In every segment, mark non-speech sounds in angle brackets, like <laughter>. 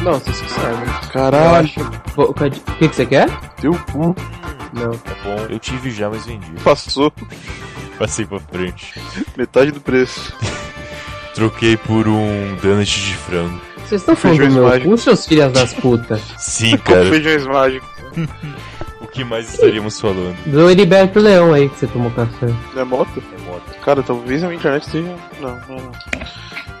idiota, você sabe. Caralho, Eu acho. Vou- Ah, O que o que que você quer? teu cu Não. Tá bom, eu tive já, mas vendi. passou Passei pra frente. metade do preço. Troquei por um donut de frango. Vocês estão falando do Feijões meu cu, mágicos. seus filhas das putas? <laughs> Sim, Com cara. feijões mágicos. O que mais estaríamos falando? Do Heriberto Leão aí que você tomou café. É moto? É moto. Cara, talvez a minha internet esteja. Não, não, não.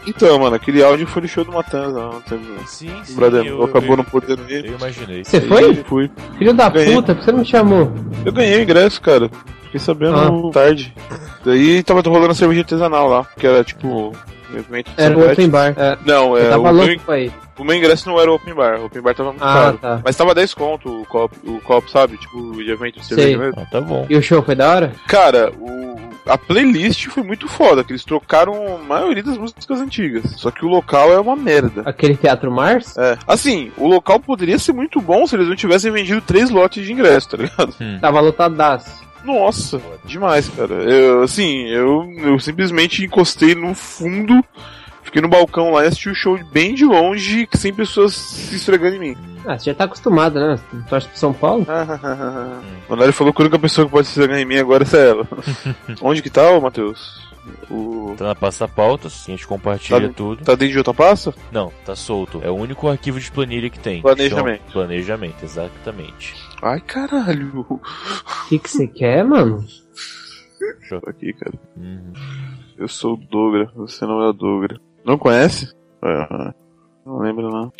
Então, mano, aquele áudio foi do show do Matanza ontem. Sim, O sim. Brother eu, Mo acabou eu, não podendo ir. eu imaginei. Você foi? Eu fui. Filho da Ganhei. puta, por que você não me chamou? Eu ganhei o ingresso, cara. Fiquei sabendo Ah. tarde. Daí tava rolando cerveja artesanal lá, que era tipo. Um evento de Era o cerveja. open bar. É, Não, eu é, tava o, meu, louco pra ir. o meu ingresso não era o open bar. O open bar tava muito Ah, caro. tá. Mas tava 10 conto o copo, o copo, sabe? Tipo, de evento de Sei. cerveja mesmo. Ah, tá bom. E o show foi da hora? Cara, o, a playlist foi muito foda, que eles trocaram a maioria das músicas antigas. Só que o local é uma merda. Aquele Teatro Mars? É. Assim, o local poderia ser muito bom se eles não tivessem vendido três lotes de ingresso, tá ligado? Tava lotadaço. Nossa, demais, cara. Eu, assim, eu, eu simplesmente encostei no fundo, fiquei no balcão lá e assisti o show bem de longe, sem pessoas se esfregando em mim. Ah, você já tá acostumado, né? Tu Torce pro São Paulo? O Honório falou que a única pessoa que pode se esfregar em mim agora é ela. Onde que tá, ô Matheus? O... Tá na pasta pautas, a gente compartilha Tá- tudo. Tá dentro de outra pasta? Não, tá solto. É o único arquivo de planilha que tem. Planejamento. Então, planejamento, exatamente. Ai, caralho. O que que você quer, mano? Tô aqui, cara. Uhum. Eu sou o Dogra, você não é o Dogra. Não conhece? Ah, não lembro, não.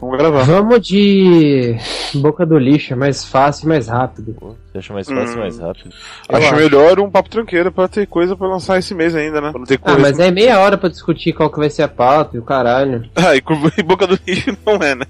Vamos gravar. Vamos de boca do lixo, é mais fácil e mais rápido. Pô, Você acha mais fácil, Hum. mais rápido? Eu acho acho. melhor um papo tranqueiro pra ter coisa pra lançar esse mês ainda, né? Pra não ter Ah, coisa. mas é meia hora pra discutir qual que vai ser a pauta e o caralho. Ah, <laughs> e curva e boca do lixo não é, né?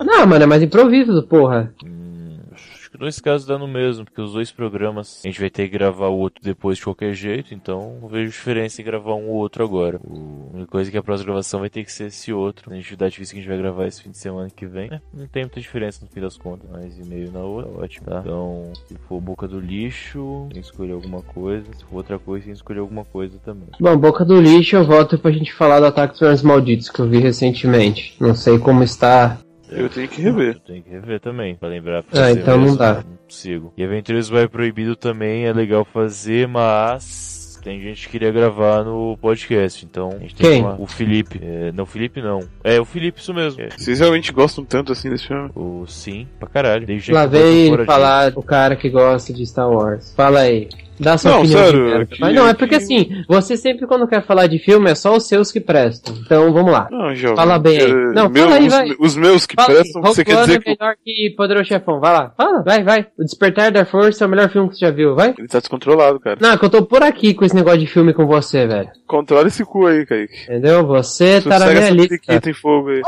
Não, mano, é mais improviso, porra. Hum, acho que dois casos dá no mesmo, porque os dois programas a gente vai ter que gravar o outro depois de qualquer jeito, então não vejo diferença em gravar um ou outro agora. O- A única coisa é que a próxima gravação vai ter que ser esse outro. A atividade física que a gente vai gravar esse fim de semana que vem. É, não tem muita diferença no fim das contas, mas e meio na outra, tá ótimo. Tá? Então, se for boca do lixo, tem que escolher alguma coisa. Se for outra coisa, tem que escolher alguma coisa também. Bom, boca do lixo eu volto pra gente falar do Ataque dos Planos Malditos que eu vi recentemente. Não sei como está. Eu tenho que rever. Eu tenho que rever também, pra lembrar. Ah, então não dá. Não consigo. um E Aventureiros vai proibido também, é legal fazer, mas tem gente que queria gravar no podcast, então a gente tem Quem? que falar. O Felipe. É, não, o Felipe não. É, o Felipe, isso mesmo. É, Vocês realmente gostam tanto assim desse filme? o sim, pra caralho. Desde Lá que eu tô vem ele fora falar o cara que gosta de Star Wars. Fala aí. Dá sua Não, opinião. de sério, merda. que- Mas não, é porque que- assim, você sempre quando quer falar de filme é só os seus que prestam. Então vamos lá. Não, jovem. Fala bem aí. eh, Não, meu- fala aí, os, vai. os meus que Fala aí, prestam, Rogue você quer One dizer é que. melhor que Poderoso Chefão. Vai lá. Fala, vai, vai. O Despertar da Força é o melhor filme que você já viu, vai. Ele tá descontrolado, cara. Não, é que eu tô por aqui com esse negócio de filme com você, velho. Controla esse cu aí, Kaique. Entendeu? Você tá na Sossega minha essa lista. periquita em fogo aí.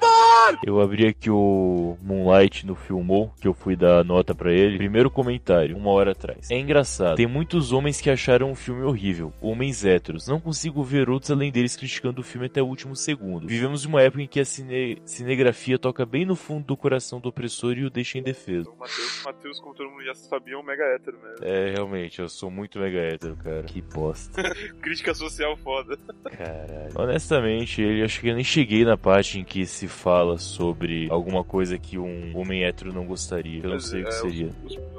de- Eu abri aqui o Moonlight no Filmou, que eu fui dar nota pra ele. Primeiro comentário, uma hora atrás. É engraçado. Tem muitos homens que acharam o filme horrível. Homens héteros. Não consigo ver outros além deles criticando o filme até o último segundo. Vivemos uma época em que a cine- cinegrafia toca bem no fundo do coração do opressor e o deixa indefeso. Então, O Matheus, Matheus, como todo mundo já sabia, é um mega hétero mesmo. É, realmente, eu sou muito mega hétero, cara. Que bosta. <laughs> Crítica social foda. Caralho. <laughs> Honestamente, ele acho que eu nem cheguei na parte em que se fala sobre alguma coisa que um homem hétero não gostaria. Eu não Mas, sei o é, que seria.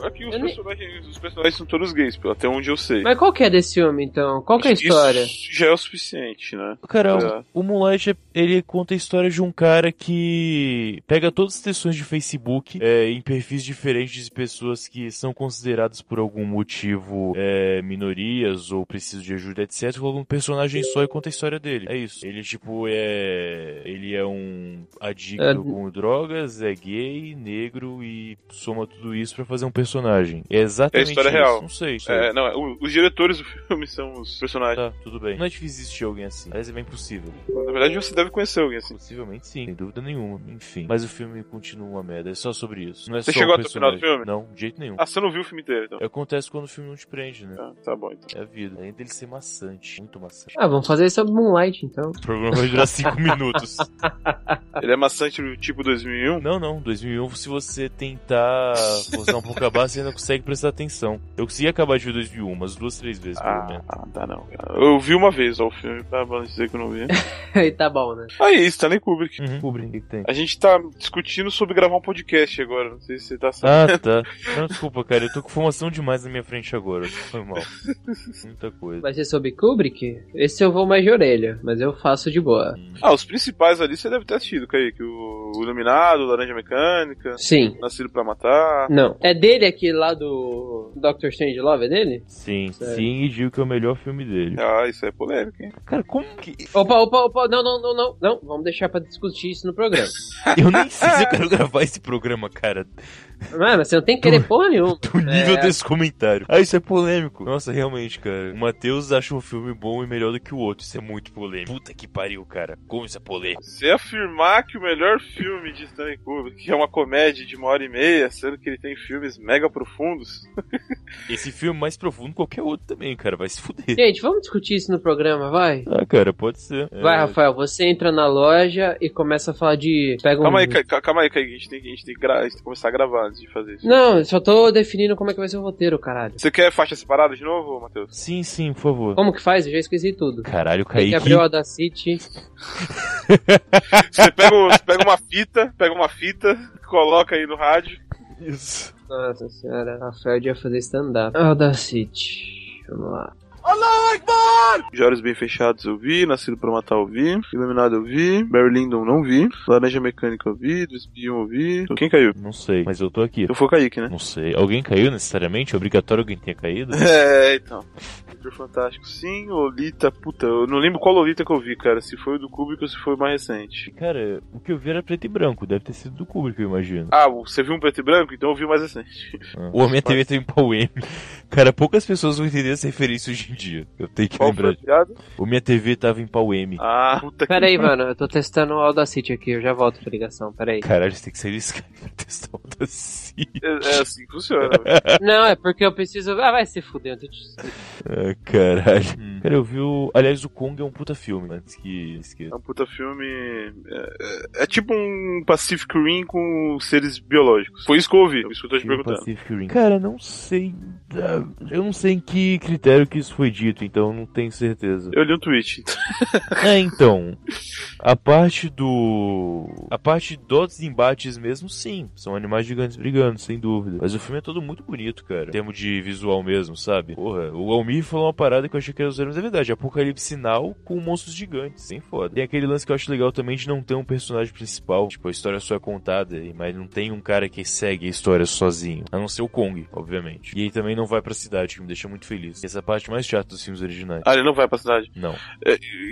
Aqui os Eu nem- personagens, os personagens são todos gays, pelo- até onde eu sei. Mas qual que é desse filme, então? Qual que é a Isso história? já é o suficiente, né? Cara, É. o Moonlight, é- ele conta a história de um cara que pega todas as sessões de Facebook é, em perfis diferentes de pessoas que são consideradas por algum motivo é, minorias ou precisam de ajuda, etc. Coloca um personagem só e conta a história dele. É isso. Ele, tipo, é... Ele é um adicto É. com drogas, é gay, negro e soma tudo isso pra fazer um personagem. É exatamente história isso. real. Não sei. sei. É, não, é, o- os diretores do <laughs> filme são os personagens. Tá, tudo bem. Não é difícil existir alguém assim. Mas é bem possível. Na verdade, você deve conhecer alguém assim. Possivelmente sim, sem dúvida nenhuma. Enfim, mas o filme continua uma merda, é só sobre isso. Não é Você só chegou o até o final do personagem. Não, de jeito nenhum. Ah, você não viu o filme inteiro, então. Acontece quando o filme não te prende, né? Ah, tá bom, então. É a vida. Além dele ser maçante, muito maçante. Ah, vamos fazer sobre Moonlight, então. <laughs> O programa vai durar <laughs> 5 minutos. Ah. Ele é maçante do tipo 2001? Não, não, 2001, se você tentar forçar um pouco a barra, você ainda consegue prestar atenção. Eu consegui acabar de ver 2001 umas duas, três vezes, pelo Ah, menos. <laughs> ah, dá não. cara. Eu vi uma vez só o filme, pra dizer que eu não vi. Aí tá bom, não, né? Aí, Stanley Kubrick. Uhum. Kubrick, o que que tem? A gente tá discutindo sobre gravar um podcast agora, não sei se você tá sabendo. Ah, tá. Não, desculpa, cara, eu tô com formação demais na minha frente agora. Foi mal. Muita coisa. Vai ser sobre Kubrick? Esse eu vou mais de orelha, mas eu faço de boa. Ah, os principais ali você deve ter assistido, Kaique. O Iluminado, o Laranja Mecânica, Sim. Nascido pra Matar. Não. É dele aquele lá do Doctor Strange Love? É dele? Sim, Sério. sim, e digo que é o melhor filme dele. Ah, isso é polêmico, hein? Cara, como que. Opa, opa, opa. Não, não, não, não. Não, vamos deixar pra discutir isso no <laughs> programa. Eu nem sei se eu quero gravar esse programa, cara. Mano, você não tem que querer porra nenhuma. Do nível É. desse comentário. Ah, isso é polêmico. Nossa, realmente, cara. O Matheus acha um filme bom e melhor do que o outro. Isso é muito polêmico. Puta que pariu, cara. Como isso é polêmico? Você afirmar que o melhor filme de Stanley Kubrick é uma comédia de uma hora e meia, sendo que ele tem filmes mega profundos. Esse filme é mais profundo que qualquer outro também, cara. Vai <laughs> se fuder. Gente, vamos discutir isso no programa, vai? Ah, cara, pode ser. É, Vai, Rafael, você entra na loja e começa a falar de. Pega um. Calma aí, Ca- Ca- calma aí, Kaique. A gente tem, que- a gente tem que, gra- a gente tem que começar a gravar antes de fazer isso. Não, eu só tô definindo como é que vai ser o roteiro, caralho. Você quer faixa separada de novo, Matheus? Sim, sim, por favor. Como que faz? Eu já esqueci tudo. Caralho, Tem que Kaique. abrir o Audacity. Você pega, o- você pega uma fita, pega uma fita, coloca aí no rádio. Isso. Nossa senhora, Rafael devia fazer stand-up. Audacity. Vamos lá. De olhos bem fechados eu vi, Nascido pra Matar eu vi, Iluminado eu vi, Barry Lyndon não vi, Laranja Mecânica eu vi, do Espião eu vi. Quem caiu? Não sei, mas eu tô aqui. Eu fui o Kaique, né? Não sei. Alguém caiu necessariamente? É Obrigatório alguém <laughs> ter caído? <laughs> É, então. Super Fantástico, sim, Lolita, puta, eu não lembro qual Lolita que eu vi, cara, se foi o do Kubrick ou se foi o mais recente. Cara, o que eu vi era preto e branco. Deve ter sido do Kubrick, eu imagino. Ah, você viu um preto e branco? Então eu vi o mais recente. O Homem à TV tem um pau M. Cara, poucas pessoas vão entender essa referência hoje em dia. Eu tenho que Qual foi lembrar. a piada? O Minha TV tava em pau M. Ah, puta Pera aí, mano, eu tô testando o Audacity aqui, eu já volto pra ligação, pera <laughs> aí. Caralho, você tem que sair do Skype <laughs> pra testar o da Cia. que... É, é assim que funciona. velho. Não, é porque eu preciso. Ah, vai se fuder, eu tô te Ah, caralho. Hum. Cara, eu vi o... Aliás, o Kong é um puta filme, antes que esqueça. É um puta filme... É, é- é tipo um Pacific Rim com seres biológicos. Foi isso que eu ouvi, isso que eu tô te perguntando. Pacific Rim. Cara, não sei... ah, Eu não sei em que critério que isso foi dito, então não tenho certeza. Eu li um tweet. É, então. A parte do. A parte dos embates mesmo, sim. São animais gigantes brigando, sem dúvida. Mas o filme é todo muito bonito, cara. Em termos de visual mesmo, sabe? Porra, o Almir falou uma parada que eu achei que era zero, mas é verdade. Apocalipse Sinal com monstros gigantes, sem foda. Tem aquele lance que eu acho legal também de não ter um personagem principal. Tipo, a história só é contada, mas não tem um cara que segue a história sozinho. A não ser o Kong, obviamente. E aí também não vai pra cidade, que me deixa muito feliz. Essa é a parte mais chata dos filmes originais. Ah, ele não vai pra cidade. É, Não.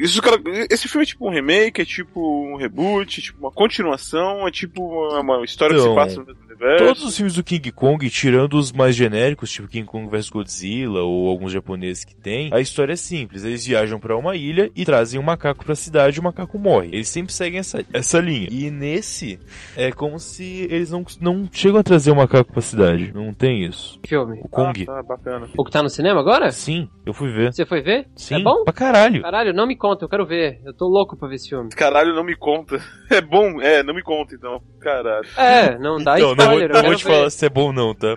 Isso, cara, esse filme é tipo um remake, é tipo um reboot, é tipo uma continuação, é tipo uma, uma história que Então, se passa no mesmo É. universo. Todos os filmes do King Kong, tirando os mais genéricos, tipo King Kong vs Godzilla ou alguns japoneses que tem, a história é simples. Eles viajam pra uma ilha e trazem um macaco pra cidade e o macaco morre. Eles sempre seguem essa, essa linha. E nesse, é como se eles não, não chegam a trazer o macaco pra cidade. Não tem isso. filme. O Kong. É, Ah, tá, bacana. O que tá no cinema agora? Sim, eu fui ver. Você foi ver? Sim, É bom? pra caralho. Caralho, não me conta, eu quero ver. Eu tô louco pra ver esse filme. Caralho, não me conta. <laughs> É bom, é, não me conta então. Caralho. É, não dá Então, não, vou- spoiler, eu não vou quero te ver. falar assim. se é bom ou não, tá?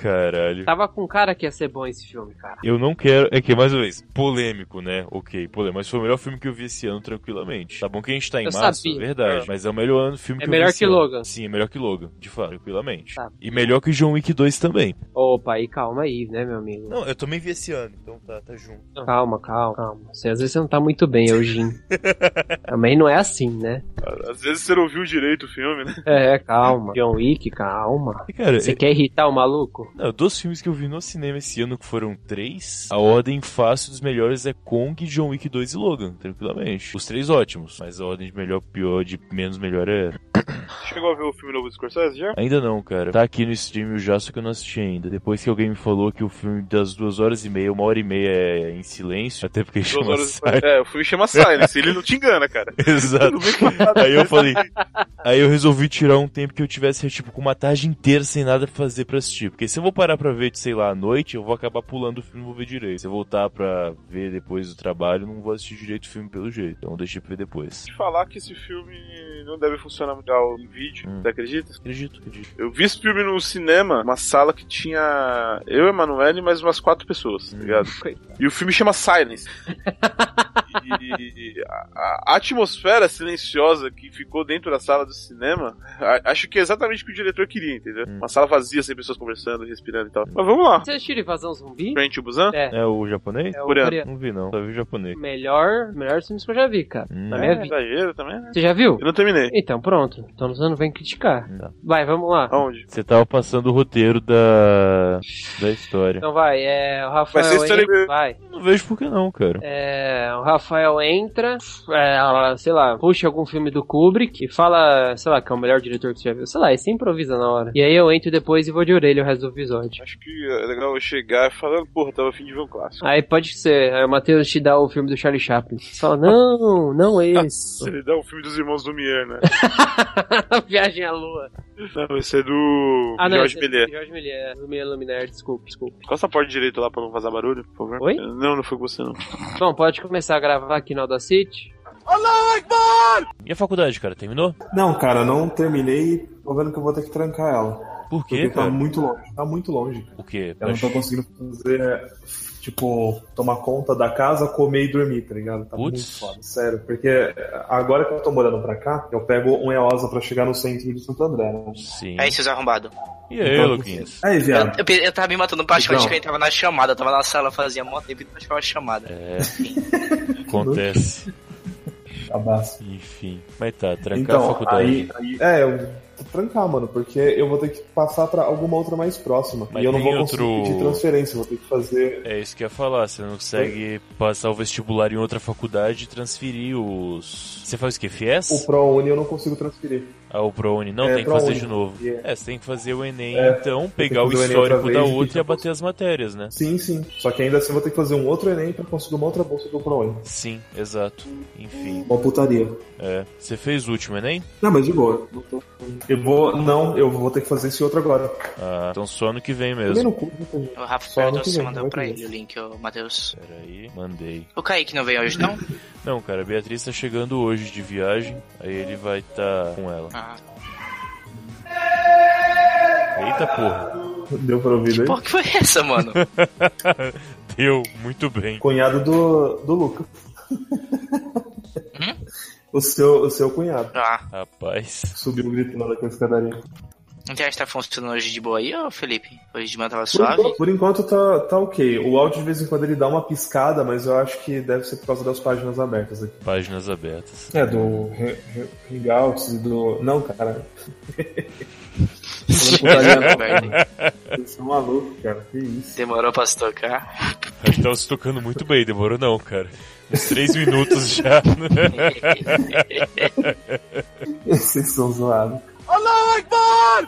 Caralho. Tava com cara que ia ser bom esse filme, cara. Eu não quero. É que, mais uma vez, polêmico, né? Ok, polêmico. Mas foi o melhor filme que eu vi esse ano, tranquilamente. Tá bom que a gente tá em Eu março, sabia. é É. verdade. Mas é o melhor ano filme É que eu melhor vi. esse que ano. Logan. Sim, é melhor que Logan, de fato, tranquilamente. Tá. E melhor que John Wick 2 também. Opa, aí calma aí, né, meu amigo? Não, eu também vi esse ano, então tá, tá junto. Calma, calma, calma. Você, às vezes você não tá muito bem, <laughs> Eugene. Também não é assim, né? Às vezes você não viu direito o filme, né? É, calma. John Wick, calma. E, cara, Você é- quer irritar o maluco? não, dos filmes que eu vi no cinema esse ano, que foram três, a ordem fácil dos melhores é Kong, John Wick 2 e Logan, tranquilamente. Os três ótimos, mas a ordem de melhor, pior, de menos melhor é Chegou a ver o filme novo do Scorsese já? Ainda não, cara. Tá aqui no stream já, só que eu não assisti ainda. Depois que alguém me falou que o filme das duas horas e meia, uma hora e meia é em silêncio, até porque Duas chama horas <laughs> Silence. É, o filme chama Silence, ele não te engana, <laughs> cara. Exato. Aí eu falei. Aí eu resolvi tirar um tempo que eu tivesse, tipo, com uma tarde inteira sem nada pra fazer pra assistir. Porque se eu vou parar pra ver, sei lá, à noite, eu vou acabar pulando o filme e não vou ver direito. Se eu voltar pra ver depois do trabalho, eu não vou assistir direito o filme pelo jeito. Então deixei pra ver depois. Te falar que esse filme não deve funcionar muito legal em vídeo, Hum. você acredita? Acredito, acredito. Eu vi esse filme no cinema, uma sala que tinha eu, Emanuele e mais umas quatro pessoas, tá ligado? Coitado. E o filme chama Silence. E a, a atmosfera silenciosa que ficou dentro da sala do cinema, a- acho que é exatamente o que o diretor queria, entendeu? Hum. Uma sala vazia, sem pessoas conversando, respirando e tal. Mas vamos lá. Você assistiu Invasão Zumbi? Train to Busan? É, É o japonês? é o coreano. coreano. Não vi não, só vi o japonês. Melhor, melhor filmes que eu já vi, cara. Hum. Na É, minha vida. exagero também, né? Você já viu? Eu não terminei. Então, pronto. Então você não vem criticar. Não. Vai, vamos lá. Aonde? Você tava passando o roteiro da, da história. Então vai, é, o Vai ser Rafael história entra, mesmo. vai. Não vejo por que não, cara. É, o Rafael entra, é, ela, sei lá, puxa algum filme do Kubrick e fala, sei lá, que é o melhor diretor que você já viu. Sei lá, e se improvisa na hora. E aí eu entro depois e vou de orelha o resto do episódio. Acho que é legal eu chegar falando, porra, tava afim de ver um clássico. Aí pode ser, aí o Matheus te dá o filme do Charlie Chaplin. Você fala, não, não é esse. Se <laughs> ele dá o filme dos irmãos Lumière, né? Viagem à Lua. não, esse é do Ah, não, Jorge esse é do Melier. Jorge Melier, do Melier Lumière, desculpa, desculpa. Costa a porta direito lá pra não vazar barulho, por favor. Oi? Não, não foi com você, não. Bom, pode começar a gravar aqui no Audacity. E a faculdade, cara, terminou? Não, cara, não terminei. Tô vendo que eu vou ter que trancar ela. Por Porque quê, tá cara? muito longe. Tá muito longe. cara. O quê? Eu não tô Mas- conseguindo fazer, tipo, tomar conta da casa, comer e dormir, tá ligado? Tá Putz. muito foda, sério. Porque agora que eu tô morando pra cá, eu pego um EOSA pra chegar no centro de Santo André, né? Sim. Aí, seus arrombados. E aí, Então, Luquinhas? Aí, Eu, viado. eu, pe- eu tava me matando praticamente Então. que eu tava na chamada, eu tava na sala, fazia mó tempo e não achava a chamada. É. Acontece. Abraço. Enfim. Mas tá, trancar a Então, faculdade. aí, aí- É, eu vou trancar, mano, porque eu vou ter que passar pra alguma outra mais próxima. Mas e eu não tem vou conseguir outro- pedir transferência, eu vou ter que fazer. É isso que eu ia falar, você não consegue passar o vestibular em outra faculdade e transferir os. Você faz o que? FIES? O ProUni eu não consigo transferir. Ah, o ProUni. Não, É, tem que fazer ProUni. de novo. Yeah. É, você tem que fazer o Enem, É, então, que pegar o fazer o Enem histórico outra da vez e outra e já abater as matérias, né? Sim, sim. Só que ainda assim eu vou ter que fazer um outro Enem pra conseguir uma outra bolsa do ProUni. Sim, exato. Enfim, Uma putaria. é. Você fez o último Enem? Não, mas de boa. Não tô... Eu vou. Não, eu vou ter que fazer esse outro agora. Ah, então só no que vem Também mesmo. não curto. não tem- O Rafa Só perguntou ano que se vem, mandou É. vai pra que é ele o link, ô Matheus. Peraí, mandei. O Kaique não veio <laughs> hoje, não? Não, cara, a Beatriz tá chegando hoje de viagem, aí ele vai tá com ela. Ah, Eita porra! Deu pra ouvir aí? porra, que foi essa, mano? <laughs> Deu, muito bem. Cunhado do, do Luca. Hum? o, seu, o seu cunhado. Ah, Rapaz. Subiu gritando lá com a escadaria. a internet tá funcionando hoje de boa aí, ô Felipe? Hoje de manhã tava Por suave? <laughs> enquanto, por enquanto tá, tá ok. O áudio de vez em quando ele dá uma piscada, mas eu acho que deve ser por causa das páginas abertas aqui. Páginas abertas. É, do Re- Re- Hangouts e do. Não, cara. Falando putaria, não, cara. Vocês são malucos, cara. Que isso. Demorou pra se tocar? A gente tava se tocando muito bem, demorou não, cara. Uns três minutos já. né? <laughs> Vocês são zoados.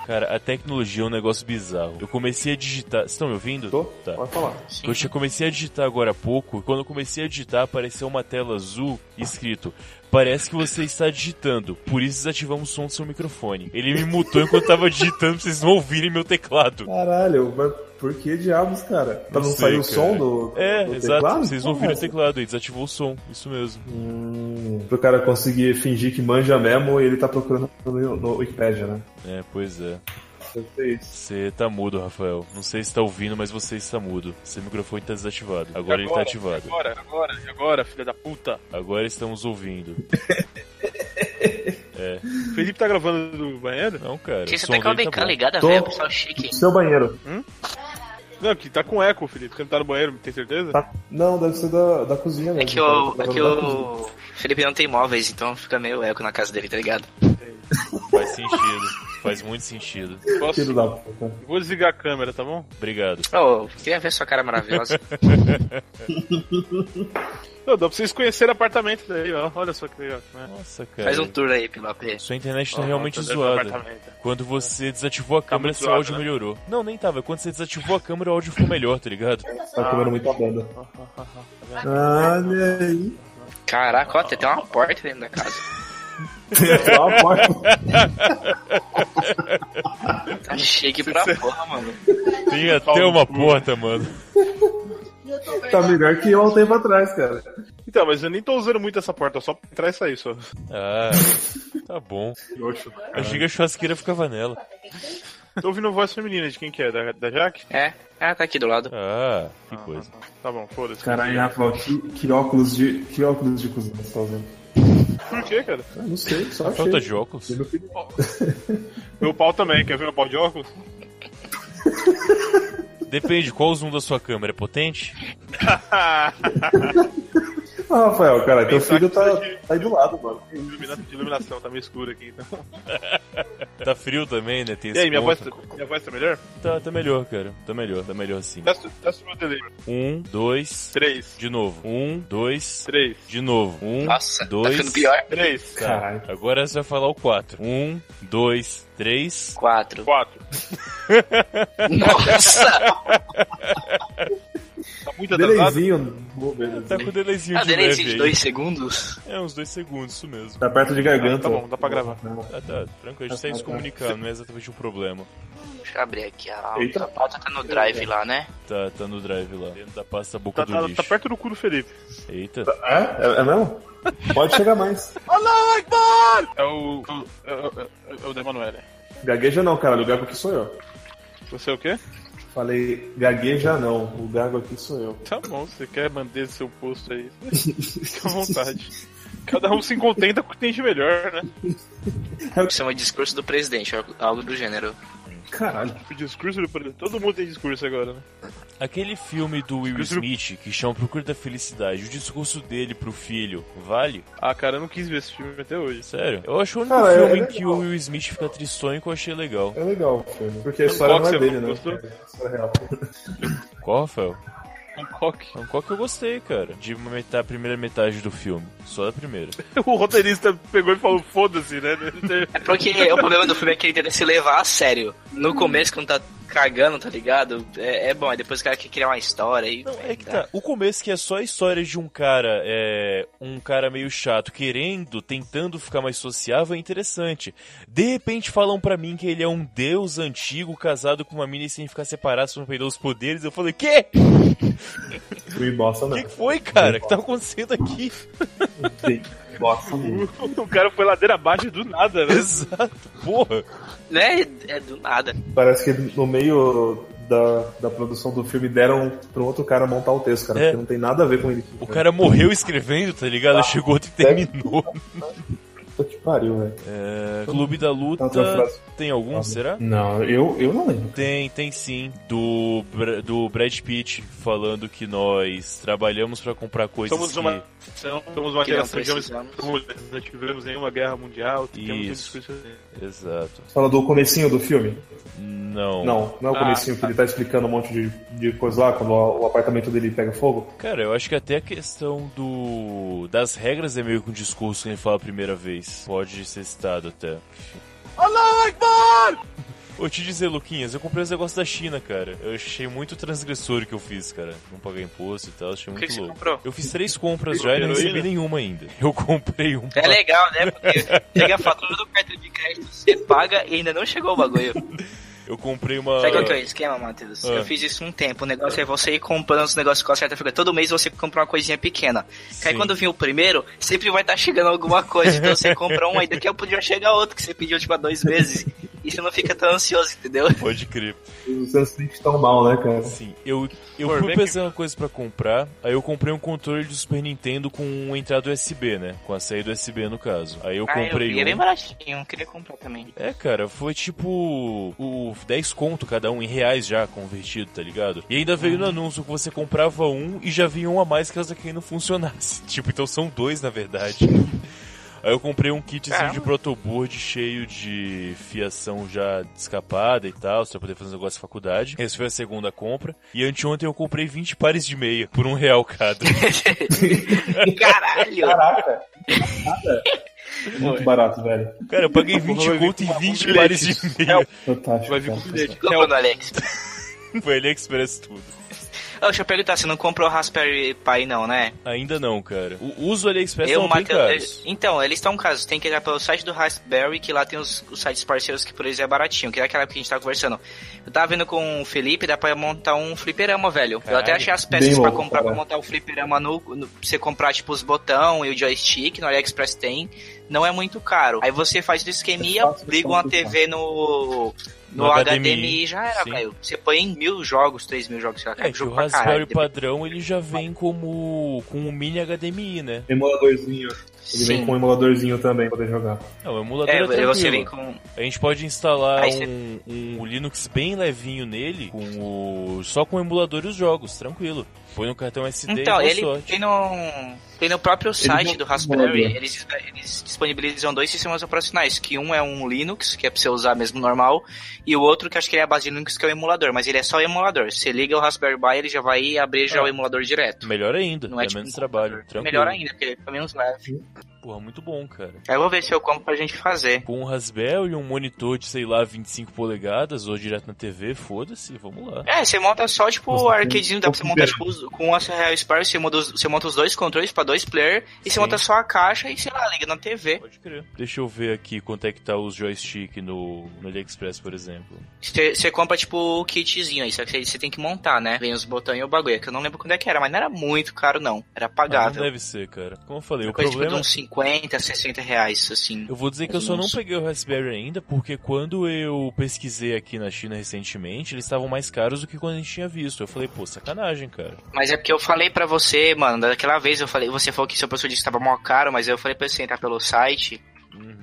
Cara, a tecnologia é um negócio bizarro. Eu comecei a digitar. Vocês estão me ouvindo? Tô? Tá. Pode falar. Eu já comecei a digitar agora há pouco, e quando eu comecei a digitar, apareceu uma tela azul escrito. Parece que você está digitando, por isso desativamos o som do seu microfone. Ele me mutou enquanto tava digitando, pra vocês não ouvirem meu teclado. Caralho, mas por que diabos, cara? Pra Não sei, não, sair o cara. som do. É, do exato. teclado? Vocês não ouviram o teclado, ele desativou o som, isso mesmo. Hum, pro cara conseguir fingir que manja mesmo, ele tá procurando no, no Wikipedia, né? É, pois é. Deve ser isso. Você tá mudo, Rafael. Não sei se tá ouvindo, mas você está mudo. Seu microfone tá desativado. Agora ele tá ativado. Agora, agora, e agora, filha da puta. Agora estamos ouvindo. O Felipe tá gravando do banheiro? Não, cara. Que o você som tá com a dele BK bom. ligada, Tô. velho? O pessoal chique. Seu banheiro. Não, que tá com eco, Felipe. Você não tá no banheiro, tem certeza? Tá. Não, deve ser da, da cozinha mesmo. É que cara. tá o, é que o Felipe não tem móveis, então fica meio eco na casa dele, tá ligado? Faz sentido. Faz muito sentido. Posso? Filho da puta. Vou desligar a câmera, tá bom? Obrigado. Ô, queria ver sua cara <laughs> maravilhosa. Não, dá pra vocês conhecerem apartamento daí, ó. Olha só que legal. Né? Nossa, cara. É. Faz um tour aí pelo AP. Sua internet tá Ó, realmente apartamento, zoada. apartamento. Quando você desativou a câmera, muito seu zoada, áudio né? melhorou. Não, nem tava. Quando você desativou a câmera, o áudio ficou melhor, <laughs> tá ligado? Tá comendo muita banda. Olha aí. <laughs> Caraca, ó, tem até uma porta dentro da casa. Só a porta. Tá <laughs> chique pra porra, mano. Tem até uma porta, mano. Tá melhor que eu há um tempo atrás, cara. Então, mas eu nem tô usando muito essa porta, só pra entrar e sair só. Ah, tá bom. Oxo. Achei que a churrasqueira ficava nela. Tô ouvindo voz feminina de quem que é? Da, da Jaque? É? Ah, tá aqui do lado. Ah, que coisa. Tá bom, foda-se. Caralho, Rafael, que, que óculos de. Que óculos de cuzão você tá usando? Por quê, cara? Ah, não sei, só achei. Falta de óculos? Eu não fui- Meu pau também, quer ver meu pau de óculos? Depende, qual o zoom da sua câmera? É potente? Ah, Rafael, cara, teu Pensar filho que tá, isso aqui- tá aí do lado, mano. Ilumina- de iluminação, tá meio escuro aqui, então. Tá frio também, né? Tem E esse aí, minha voz, ponto. tá- minha voz tá melhor? Tá, tá melhor, cara. Tá melhor, tá melhor sim. Testa testa o meu delay. Um, dois, 3, de novo. Um, dois, 3, de novo. Um, Nossa, tá dois. ficando pior. 3, tá. Caralho. Agora você vai falar o quatro. Um, dois, três. <laughs> Quatro. 4. Nossa! Tá É, muito atrasado? Deleizinho. Boa, Tá beleza. com o delayzinho Ah, de delay leve de aí. dois segundos? É, uns dois segundos, isso mesmo. Tá perto de garganta. Tá bom, dá pra gravar. Não. Ah, tá, tranquilo, a gente segue se comunicando, não é exatamente um problema. Deixa eu abrir aqui a Eita. pauta. A pauta tá no drive lá, né? Tá, tá no drive lá, dentro da pasta Tá, boca do tá- lixo. tá perto do cu do Felipe. Eita, É? É, é mesmo? Pode chegar mais. É o. É o, é o da Emanuele. Gagueja não, cara. O gago aqui sou eu. Você é o quê? Falei, gagueja não. O gago aqui sou eu. Tá bom, você quer manter seu posto aí. Fica à vontade. Cada um se contenta com o que tem de melhor, né? Isso é um discurso do presidente, algo- algo do gênero. Caralho. O discurso do presidente. Todo mundo tem discurso agora, né? aquele filme do Will Discurso do- Smith que chama Procura da Felicidade, o discurso dele pro filho, vale? Ah, cara, eu não quis ver esse filme até hoje. Sério? Eu acho o único Cara, é- filme é em que o legal. Will Smith fica tristônico, eu achei legal. É legal o filme. Porque a Então, história qual não é que você dele, né? gostou? É a história real. Qual, Rafael? Hancock. Então, qual que eu gostei, cara? De uma metade, a primeira metade do filme, só da primeira. <laughs> O roteirista pegou e falou, foda-se, né? <laughs> <laughs> É porque o problema do filme é que ele tenta se levar a sério. Hum. No começo, quando tá cagando, tá ligado? É, é bom, aí depois o cara quer criar uma história e. Não, é que tá. O começo que é só a história de um cara, é, um cara meio chato, querendo, tentando ficar mais sociável, é interessante. De repente falam pra mim que ele é um deus antigo casado com uma mina e sem ficar separado, se não perder os poderes. Eu falei, quê? O E <laughs> bosta não. que que foi, cara? O que tá acontecendo aqui? Sim, Bosta não. O cara foi ladeira abaixo do nada, né? <laughs> Exato, porra. Né? É do nada. Parece que no meio da, da produção do filme deram pra um outro cara montar o texto, cara. É. Porque não tem nada a ver com ele. O cara morreu escrevendo, tá ligado? Chegou outro e terminou. Puta que pariu, velho. É, Clube da Luta. Outra frase. Tem algum, será? Não, eu, eu não lembro. Tem, tem sim. Do, Bra- do Brad Pitt falando que nós trabalhamos pra comprar coisas Somos que... uma nação, somos uma Que não geração de homens precisamos. comuns, não tivemos nenhuma guerra mundial, temos um Isso. discurso assim. Exato. Você fala do comecinho do filme? Não. Não, não é o Ah, comecinho que ele tá explicando um monte de, de coisa lá, quando o, o apartamento dele pega fogo. Cara, eu acho que até a questão do das regras é meio que um discurso que ele fala a primeira vez. Pode ser citado até. Vou te dizer, Luquinhas, eu comprei os negócios da China, cara. Eu achei muito transgressor o que eu fiz, cara. Não pagar imposto e tal, achei O que, muito que você louco. comprou? Eu fiz três compras já e não recebi Heroína? nenhuma ainda. Eu comprei um, uma. É legal, né? Porque pega a fatura do cartão de crédito, você paga e ainda não chegou o bagulho. Eu comprei uma. Sabe qual que é o esquema, Matheus? Ah. Eu fiz isso um tempo. O negócio é você ir comprando os negócios com a certa frequência. Todo mês você compra uma coisinha pequena. Que aí Sim. quando vir o primeiro, sempre vai estar chegando alguma coisa. Então você compra um, aí daqui a pouco já chega outro que você pediu tipo há dois meses. E você não fica tão ansioso, entendeu? Pode crer. Você se sente tão mal, né, cara? Sim, eu, eu Pô, fui bem que- pensando em coisa pra comprar, aí eu comprei um controle do Super Nintendo com uma entrada USB, né? Com a saída USB no caso. Aí eu comprei vi, é bem um. baratinho, eu queria comprar também. É, cara, foi tipo o 10 conto cada um em reais já convertido, tá ligado? E ainda veio no anúncio que você comprava um e já vinha um a mais caso aquele não funcionasse. <laughs> Tipo, então são dois na verdade. Aí eu comprei um kitzinho de Caramba. protoboard cheio de fiação já escapada e tal, só pra poder fazer um negócio de faculdade. Essa foi a segunda compra. E anteontem eu comprei 20 pares de meia por um real cada. <laughs> Caralho! Caraca! Muito barato, velho. Cara, eu paguei Vai 20 vir conto com e uma 20 bilhete. pares de meia. Fantástico. Vai vir com cara. bilhete. Comprou no Alex. Foi AliExpress tudo. Ô, deixa eu perguntar, você não comprou o Raspberry Pi não, né? Ainda não, cara. O uso AliExpress é Eu, são bem Matheus, caros. eu- então, eles estão caros. Tem que olhar pelo site do Raspberry, que lá tem os, os sites parceiros que por eles é baratinho, que é aquela época que a gente tava conversando. Eu tava vendo com o Felipe, dá pra montar um fliperama, velho. Eu até Caralho. achei as peças Bem pra louco, comprar, pra cara. montar o fliperama no, no- pra você comprar, tipo, os botão e o joystick, no AliExpress tem. não é muito caro. Aí você faz o esqueminha, É fácil de liga uma complicar. TV no. No, No HDMI. HDMI, e já era, sim. velho. Você põe mil jogos, três mil jogos, sei É, lá, cara, que o jogo pra caralho. Raspberry padrão ele já vem como com um mini HDMI, né? Emuladorzinho. Ele vem Sim. com um emuladorzinho também pra poder jogar. Não, o emulador é, É, tranquilo. você vem com. A gente pode instalar Aí você- um, um Linux bem levinho nele, com o... só com o emulador e os jogos, tranquilo. Põe no cartão SD Então, e dá ele é sorte. tem no, tem no próprio site não- do Raspberry, olha. eles, eles disponibilizam dois sistemas operacionais, que um é um Linux, que é pra você usar mesmo normal, e o outro que acho que ele é a base de Linux, que é o emulador, mas ele é só o emulador. Você liga o Raspberry Pi, ele já vai abrir já É. o emulador direto. Melhor ainda, Não é dá tipo menos um trabalho, computador. tranquilo. Melhor ainda, porque ele é menos leve. Porra, muito bom, cara. Aí eu vou ver se eu compro pra gente fazer. Com um Raspberry, um monitor de, sei lá, 25 polegadas, ou direto na TV, foda-se, vamos lá. É, você monta só, tipo, o arcadinho, dá pra você pouco montar, de- tipo, os- com o Real Spark, você, muda os- você monta os dois controles pra dois player, e Sim. você monta só a caixa e, sei lá, liga na TV. Pode crer. Deixa eu ver aqui quanto é que tá os joystick no, no AliExpress, por exemplo. Você você compra, tipo, o kitzinho aí, só que você tem que montar, né? Vem os botões e o bagulho, que eu não lembro quando é que era, mas não era muito caro, não. Era Ah, não pagável. deve ser, cara. Como eu falei, o Coisa, problema é tipo, de uns 50, 60 reais, assim. Eu vou dizer que eu Mais ou só não menos. peguei o Raspberry ainda, porque quando eu pesquisei aqui na China recentemente, eles estavam mais caros do que quando a gente tinha visto. Eu falei, pô, sacanagem, cara. Mas é porque eu falei pra você, mano, daquela vez eu falei, você falou que seu professor disse que tava mó caro, mas eu falei pra você entrar pelo site. Uhum.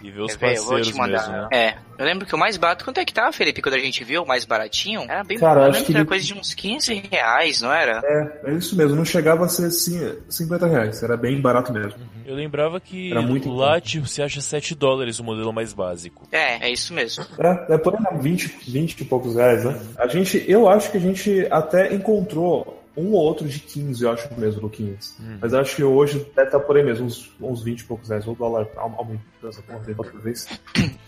E ver os Quer ver? Eu vou parceiros te mandar. mesmo, né? É. Eu lembro que o mais barato, quanto é que tava, Felipe, quando a gente viu o mais baratinho? Era bem Cara, eu acho lembro que que era ele- coisa de uns 15 reais, não era? É, é isso mesmo. Não chegava a ser assim, 50 reais. Era bem barato mesmo. Uhum. Eu lembrava que Era muito lá, tipo, você acha 7 dólares o modelo mais básico. É, é isso mesmo. É, é por aí, né? 20, 20 e poucos reais, né? A gente, eu acho que a gente até encontrou um ou outro de 15, eu acho mesmo, Luquinhas. Hum. Mas eu acho que hoje deve estar por aí mesmo, uns, uns 20 e poucos reais. O dólar au- aumentou essa porra dele outra vez.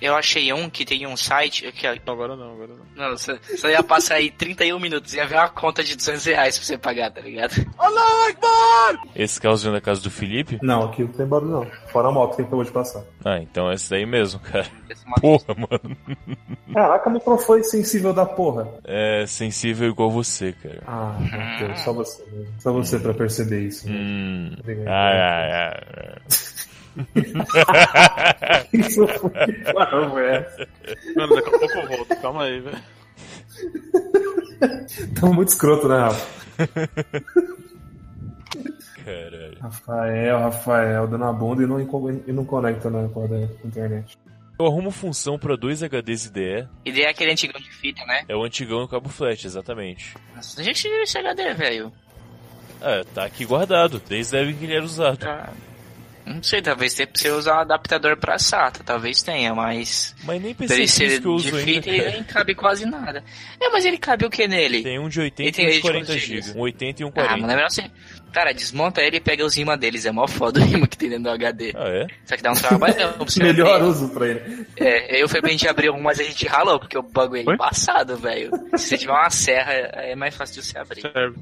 Eu achei um que tem um site, que é- Agora não, agora não. Não, você você ia passar aí 31 minutos, ia ver uma conta de 200 reais pra você pagar, tá ligado? Esse carrozinho da casa do Felipe? Não, aqui não tem barulho não. Fora a moto que acabou de passar. Ah, então é esse daí mesmo, cara. Esse maluco. Porra, mano. Caraca, microfone sensível da porra. É sensível igual você, cara. Ah, meu Deus, só você mesmo. Só você pra perceber isso. né? Hum. Obrigado. Ah, ah, ah. <laughs> Isso foi que palavra é essa? Mano, daqui a pouco eu volto, calma aí, velho. Tá muito escroto, né, Rafa? Caralho. Rafael, Rafael, dando a bunda e não, enco- e não conecta na corda da internet. Eu arrumo função pra dois HDs IDE. E daí é aquele antigão de fita, né? É o antigão no cabo flash, exatamente. Nossa, a gente viu esse HD, velho. É, tá aqui guardado. Vocês devem que ele era usado. Tá. Não sei, talvez tenha pra você usar um adaptador pra SATA, talvez tenha, mas. Mas nem Pra pensei ele nisso ser que eu de uso ainda, fita, ele cara. nem cabe quase nada. É, mas ele cabe o que nele? Tem um de 80 Ele tem e um de rede 40 quantos GB. gigas? Um 80 e um Ah, 40. mano, é melhor você. Cara, desmonta ele e pega os imãs deles, é mó foda o imã que tem dentro do HD. Ah, é? Só que dá um trabalho não, pra <laughs> <laughs> você Melhor abrir. uso pra ele. É, eu e o Felipe a gente abriu um, mas a gente ralou, porque o bagulho é embaçado, velho. Se você tiver uma serra, é mais fácil de você abrir. Serve.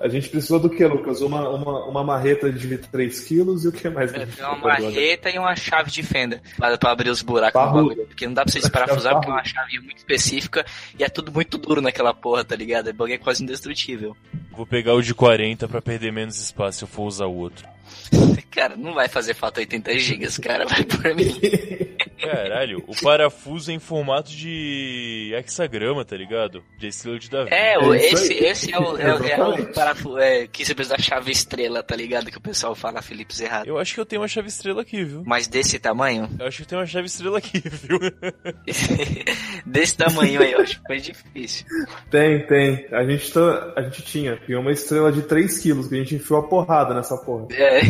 A gente precisou do que, Lucas? Uma, uma, uma marreta de 3 quilos e o que mais? que a É, gente tem uma comprou do HD? marreta e uma chave de fenda pra, pra abrir os buracos no Parrudo. bagulho. Porque não dá pra você Pra ficar desparafusar, porque é uma chave muito específica e é tudo muito duro naquela porra, tá ligado? O bagulho é quase indestrutível. <laughs> Vou pegar o de 40 pra perder menos espaço se eu for usar o outro. Cara, não vai fazer falta 80 gigas, cara, vai por <laughs> mim. Caralho, o parafuso é em formato de hexagrama, tá ligado? De estilo de Davi. É, o- É isso esse, aí. esse é o, é, o- é o Exatamente. parafuso é, que você precisa da chave estrela, tá ligado? Que o pessoal fala Felipe Zerrado. Eu acho que eu tenho uma chave estrela aqui, viu? Mas desse tamanho? Eu acho que eu tenho uma chave estrela aqui, <laughs> viu? desse tamanho aí, eu acho que foi difícil. Tem, tem. A gente, tá, a gente tinha. Tinha uma estrela de 3 quilos que a gente enfiou a porrada nessa porra. É.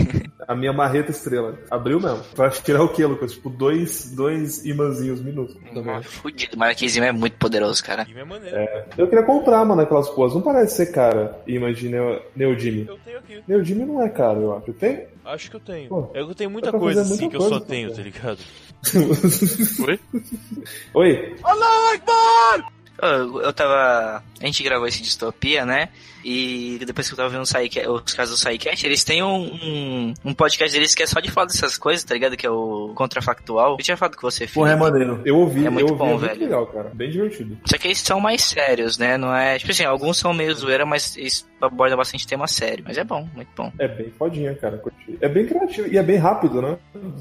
A minha marreta estrela. Abriu mesmo. Pra tirar o que, Lucas? Tipo, dois, dois imãzinhos minúsculos. Nossa, <laughs> Fudido, o Marquezinho é muito poderoso, cara. Que minha maneira. Eu queria comprar, mano, aquelas porras. Não parece ser cara, imã de Neo- Neodime. Eu tenho aqui. Neodime não é caro, eu acho. Tem? Acho que eu tenho. Pô, é que eu tenho dá muita pra coisa fazer assim muita que eu só coisa, tenho, tá cara. <laughs> ligado? Oi? Oi? Eu, eu tava. A gente gravou esse distopia, né? E depois que eu tava vendo o Psyca- os casos do SciCast, eles têm um, um, um podcast deles que é só de falar dessas coisas, tá ligado? Que é o Contrafactual. Eu tinha falado com você, filho. Porra, é maneiro. Eu ouvi, É eu muito ouvi, bom, é muito velho. legal, cara. Bem divertido. Só que eles são mais sérios, né? Não é. Tipo assim, alguns são meio zoeira, mas eles abordam bastante tema sério. Mas é bom, muito bom. É bem fodinha, cara. curti. É bem criativo e é bem rápido, né?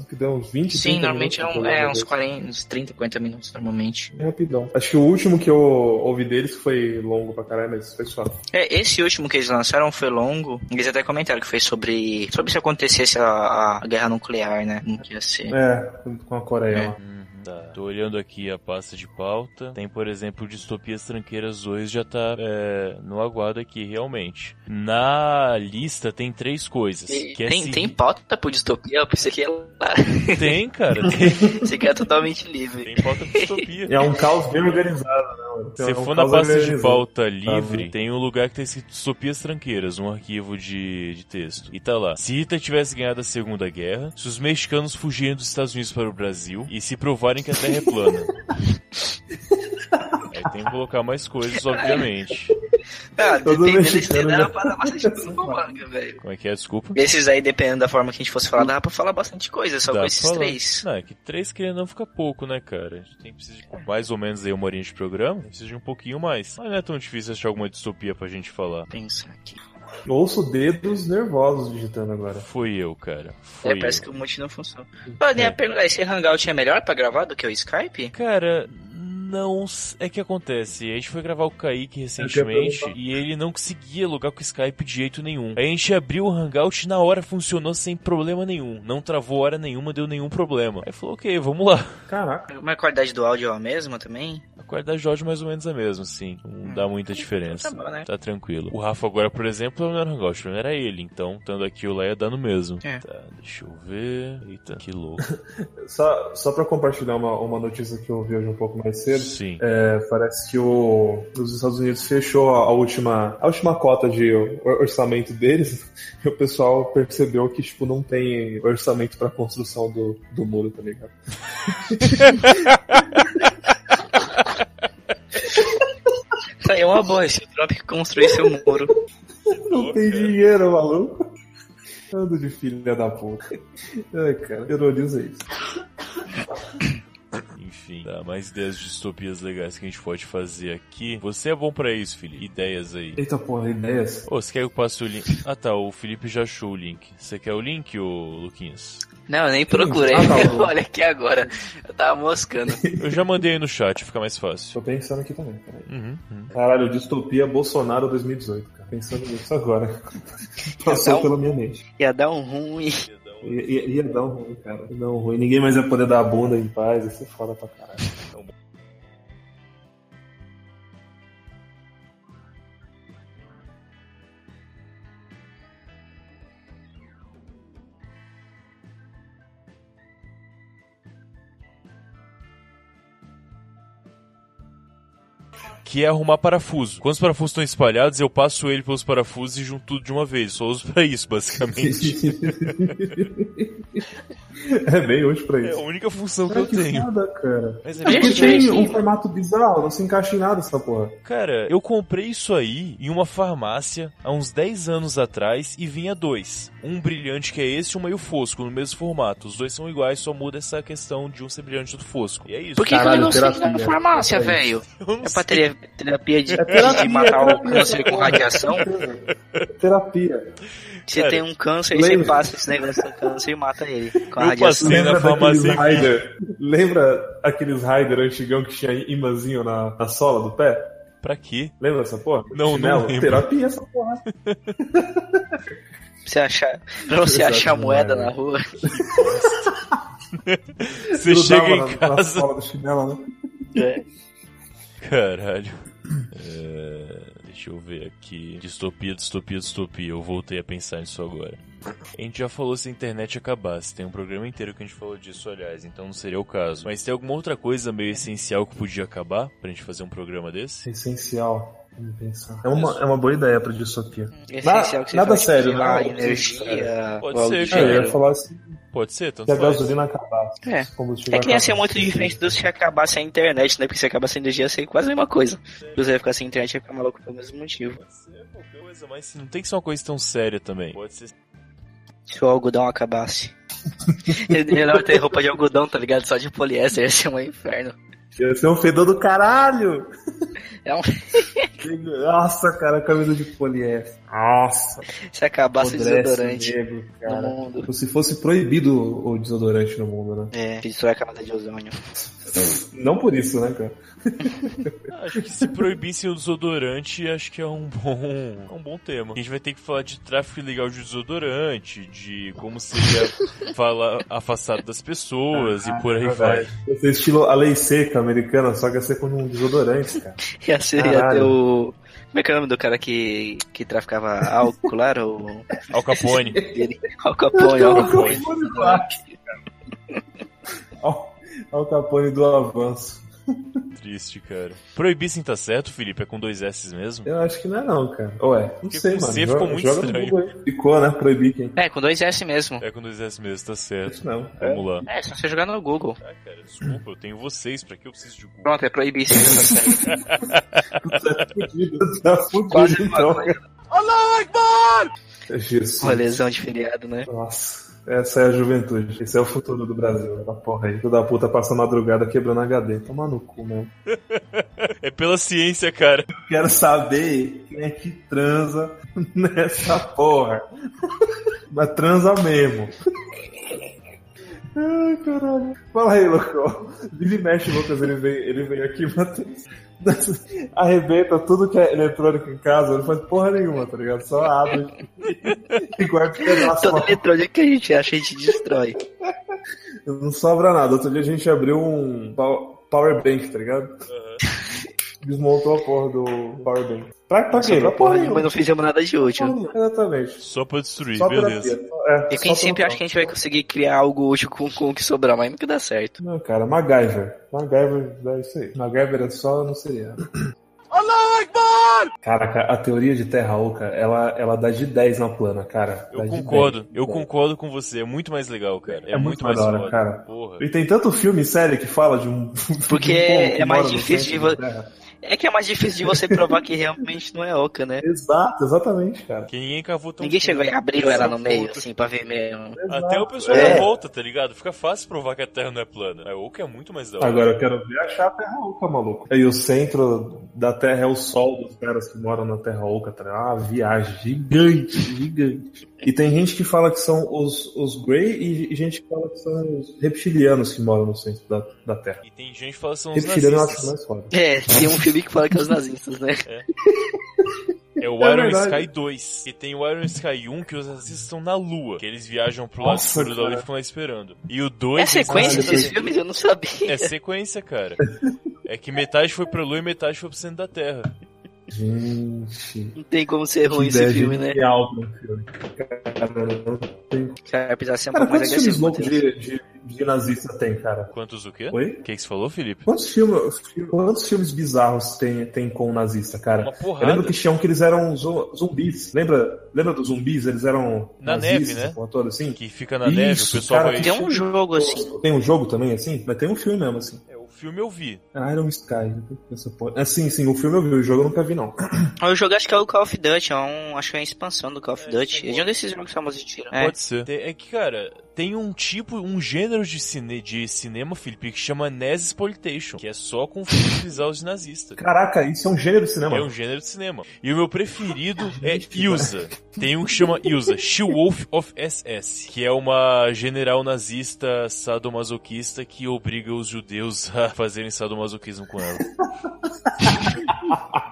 Que deu uns 20, Sim, 30 normalmente é, minutos, um- uma coisa é dessa. uns 40, uns 30, 40 minutos normalmente. Bem rapidão. Acho que o último que eu ouvi deles foi longo pra caralho, mas foi suave. É, esse último que eles lançaram foi longo. Eles até comentaram que foi sobre. Sobre se acontecesse a, a guerra nuclear, né? Como que ia ser. É, com a Coreia lá. É. Tá. Tô olhando aqui a pasta de pauta. Tem, por exemplo, Distopias Tranqueiras 2 já tá é, no aguardo aqui, realmente. Na lista tem três coisas. E que é tem, seguir- tem pauta pro distopia? Eu pensei que ia lá. <laughs> Tem, cara. Tem, Esse aqui é totalmente livre. tem pauta de <laughs> distopia. É um caos bem organizado, né? mano? Se É um for na caos pasta de organizado. pauta livre, Tá. tem um lugar que tá escrito Sopias Tranqueiras, um arquivo de, de texto. E tá lá. Se Hitler tivesse ganhado a Segunda Guerra, se os mexicanos fugirem dos Estados Unidos para o Brasil e se provarem que a Terra é <laughs> plana. Aí tem que colocar mais coisas, obviamente. Ah, Todo dependendo, eles mexicano, deram né? uma parada <laughs> bastante manga, velho. Como é que é? Desculpa. Esses aí, dependendo da forma que a gente fosse falar, dava pra falar bastante coisa, só Dá com pra esses falar. três. Não, é que três querendo não fica pouco, né, cara? A gente tem, precisa de mais ou menos aí uma horinha de programa, precisa de um pouquinho mais. Mas não é tão difícil achar alguma distopia pra gente falar. Pensa aqui. Ouço dedos nervosos digitando agora. Foi eu, cara. Foi É, parece eu. que o monte não funciona. Podem É. perguntar, esse Hangout é melhor pra gravar do que o Skype? Cara, não. s- É que acontece. A gente foi gravar o Kaique recentemente e ele não conseguia logar com o Skype de jeito nenhum. Aí a gente abriu o Hangout e na hora funcionou sem problema nenhum. Não travou hora nenhuma, deu nenhum problema. Aí falou, ok, vamos lá. <laughs> Caraca. Mas a qualidade do áudio é a mesma também? A qualidade de áudio é mais ou menos a mesma, sim. Não dá muita diferença. Hum, Tá bom, né? Tá tranquilo. O Rafa agora, por exemplo, é o melhor Hangout. Não era ele, então, estando aqui o lá ia dar no mesmo. É. Tá, deixa eu ver. Eita, que louco. Só, só pra compartilhar uma, uma notícia que eu vi hoje um pouco mais cedo. Sim. É, parece que o, os Estados Unidos fechou a, a última, a última cota de or- orçamento deles <laughs> e o pessoal percebeu que tipo, não tem orçamento pra construção do, do muro, tá ligado? Tá aí é uma boa, esse Trump que construir seu muro. Não tem dinheiro, maluco. Ando de filha da puta. Ai, cara, ironiza isso. Enfim, tá, mais ideias de distopias legais que a gente pode fazer aqui. Você é bom pra isso, Felipe. Ideias aí. Eita porra, ideias. Ô, você quer que eu passe o link? Ah tá, o Felipe já achou o link. Você quer o link, ô Luquinhas? Não, eu nem procurei. Ah, <laughs> tá bom. Olha aqui agora. Eu tava moscando. Eu já mandei aí no chat, fica mais fácil. Tô pensando aqui também, peraí. Uhum, uhum. Caralho, distopia Bolsonaro 2018, cara. Pensando nisso agora. <laughs> Passou Não. pela minha mente. Ia dar um ruim. Ia, ia- ia dar um ruim, cara. Ia dar um ruim. Ninguém mais ia poder dar a bunda em paz. Ia ser foda pra caralho. Que é arrumar parafuso. Quando os parafusos estão espalhados, eu passo ele pelos parafusos e junto tudo de uma vez. Só uso pra isso, <laughs> basicamente. é bem útil pra É a isso. única função que Cara, eu que tenho. foda, cara. Mas é Gente, Porque bem- tem divertido. um formato bizarro, não se encaixa em nada essa porra. Cara, eu comprei isso aí em uma farmácia há uns 10 anos atrás e vinha dois. Um brilhante que é esse e um meio fosco, no mesmo formato. Os dois são iguais, só muda essa questão de um ser brilhante e outro fosco. E é isso. Então, Por que, que eu Caralho, não sei que tá na terapia. É farmácia, isso. velho? Eu não É sei. pra ter- terapia de, terapia, de matar o terapia. câncer com radiação? Terapia. Você Cara, tem um câncer e você É. lembra? passa esse negócio do câncer e mata ele com a Eu passei. radiação. Tem na daqueles farmácia em rider? Lembra aqueles rider antigão que tinha imãzinho na, na sola do pé? Pra <laughs> quê? Lembra dessa porra? Não, não Chinelo? lembro. Terapia é essa porra. Pra Você achar, pra você Exato, achar moeda né? na rua. Você Grudava chega na- em casa. Na sola do chinelo, né? Caralho. É, deixa eu ver aqui. Distopia, distopia, distopia. Eu voltei a pensar nisso agora. A gente já falou se a internet acabasse. Tem um programa inteiro que a gente falou disso, aliás. Então não seria o caso. Mas tem alguma outra coisa meio essencial que podia acabar pra gente fazer um programa desse? É Essencial. Vamos pensar. É uma, é uma boa ideia pra distopia. É essencial que você nada faz, sério, sei lá, nada energia. Pode ou algo ser, do É, eu ia gênero. falar assim, Pode ser, tanto se a faz. gasolina acabasse. É. se o combustível É que ia ser acabasse. muito diferente do se acabasse a internet, né? Porque se acabasse a energia, ia ser quase a mesma coisa. Você ia ficar sem internet, ia ficar maluco pelo mesmo motivo. Pode ser qualquer coisa, mas não tem que ser uma coisa tão séria também. Pode ser. Se o algodão <laughs> acabasse. Ele não ia ter roupa de algodão, tá ligado? Só de poliéster, ia ser um inferno. <laughs> Ia ser um fedor do caralho! É um- <laughs> Nossa, cara, camisa de poliéster. Nossa, Se acabasse o apodrece desodorante Negro, no cara. mundo. Como se fosse proibido o desodorante no mundo, né? É, destrói a camada de ozônio. Não por isso, né, cara? Acho que se proibissem o desodorante, acho que é um bom, é um bom tema. A gente vai ter que falar de tráfico ilegal de desodorante, de como <laughs> seria falar afastado das pessoas Ah, e É por aí vai. Ia ser estilo a lei seca americana, só que ia ser com um desodorante, <laughs> cara. Ia ser ia ter Caralho. o. Como é que é o nome do cara que, que traficava álcool lá? era O... Al Capone. Dele. Al Capone, Al Capone. Ao, capone do avanço. Triste, cara. Proibissem tá certo, Felipe? É com dois S mesmo? Eu acho que não é não, cara. Ué, não Porque sei, com mano. C Joga- ficou muito joga no estranho. Google aí. Ficou, né? Proibir quem É, com dois S mesmo. É com dois S mesmo, tá certo. Isso não. Vamos lá. É, só você jogar no Google. Ah, cara, desculpa, eu tenho vocês, pra que eu preciso de Google? Pronto, é proibir <laughs> isso. Fudido, tá fudido, então. Jesus. Uma lesão de feriado, né? Nossa. Essa é a juventude. Esse é o futuro do Brasil. Essa porra aí. Toda puta passa a madrugada quebrando HD. Toma no cu, né? meu. É pela ciência, cara. Quero saber quem é que transa <laughs> nessa porra. Mas transa mesmo. Ai, caralho. Fala aí, Lucão. Vira e mexe, Lucas. Ele veio, ele veio aqui, Matheus. <laughs> Arrebenta tudo que é eletrônico em casa. Não faz porra nenhuma, tá ligado? Só abre <laughs> e guarda o pedaço Todo lá. eletrônico é que a gente acha, a gente destrói. Não sobra nada. Outro dia a gente abriu um pow- power bank, tá ligado? Desmontou a porra do power bank. Pra, pra quê? Pra porra Mas nenhuma. não fizemos nada de útil. Porra nenhuma, Exatamente. Só pra destruir, Só beleza. terapia. É, E só que a gente sempre terapia. acha que a gente vai conseguir criar algo útil com, com o que sobrar, mas nunca dá certo. Não, cara, MacGyver. MacGyver dá isso aí. MacGyver é só no seriado. Caraca, a teoria de terra oca, ela, ela dá de 10 na plana, cara. Dá Eu Tá de 10. concordo, eu concordo com você, é muito mais legal, cara. É, É muito muito mais da hora, foda. cara. Porra. E tem tanto filme e série que fala de um. <laughs> Porque de um povo que é mora mais no difícil de centro vo- da Terra. É que é mais difícil de você provar que realmente não é oca, né? Exato, exatamente, cara. é Que ninguém cavou tão Ninguém chegou e abriu ela no Exato. meio, assim, pra ver mesmo. Até o pessoal É. da volta, tá ligado? Fica fácil provar que a Terra não é plana. A Oca é muito mais da hora. Agora eu quero ver achar a Terra Oca, maluco. E o centro da Terra é o sol dos caras que moram na Terra Oca. Tá? ligado? É uma viagem gigante, gigante. E tem gente que fala que são os, os Grey e gente que fala que são os reptilianos que moram no centro da, da Terra. E tem gente que fala que são os Reptiliano eu acho nazistas. mais foda. É, tem um filme que fala que é os nazistas, né? É o É Iron verdade. Sky 2. E tem o Iron Sky 1 que os nazistas estão na Lua. Que eles viajam pro lado Nossa, escuro da Lua e cara. ficam lá esperando. E o 2... É sequência caralho, desses foi- filmes, eu não sabia. É sequência, cara. É que metade foi pra Lua e metade foi pro centro da Terra. Gente. Não tem como ser ruim que esse ideia filme, né? genial pra um filme. Cara, não tem- Cara, precisava ser um Cara, pouco mais quantos filmes agressivo. loucos de, de, de nazista tem, cara? Quantos o quê? Oi? O que que você falou, Felipe? Quantos filmes, quantos filmes bizarros tem, tem com o nazista, cara? Uma Eu lembro porrada. que tinha um que eles eram zo- zumbis. Lembra, lembra dos zumbis? Eles eram Na nazistas, neve, né? porra toda assim? Que fica na neve, o Isso, pessoal cara, vai... Tem um jogo assim. Tem um jogo também, assim? Mas tem um filme mesmo, assim. É, o filme eu vi. Iron Sky. né? Essa porra. Assim, sim, o filme eu vi, o jogo eu nunca vi, não. Eu jogo acho que é o Call of Duty, é um, acho que é a expansão do Call of Duty. É de um desses jogos famosos de tiro. É, Pode ser. Tem- É que, cara, tem um tipo, um gênero de, cine, de cinema, Felipe, que chama Nazisploitation, que é só com filmes bizarros de nazista. Caraca, isso é um gênero de cinema. É um gênero de cinema. E o meu preferido <laughs> é Ilsa. Tem um que chama Ilsa, She-Wolf of SS, que é uma general nazista sadomasoquista que obriga os <laughs> judeus a fazerem sadomasoquismo com ela. <laughs>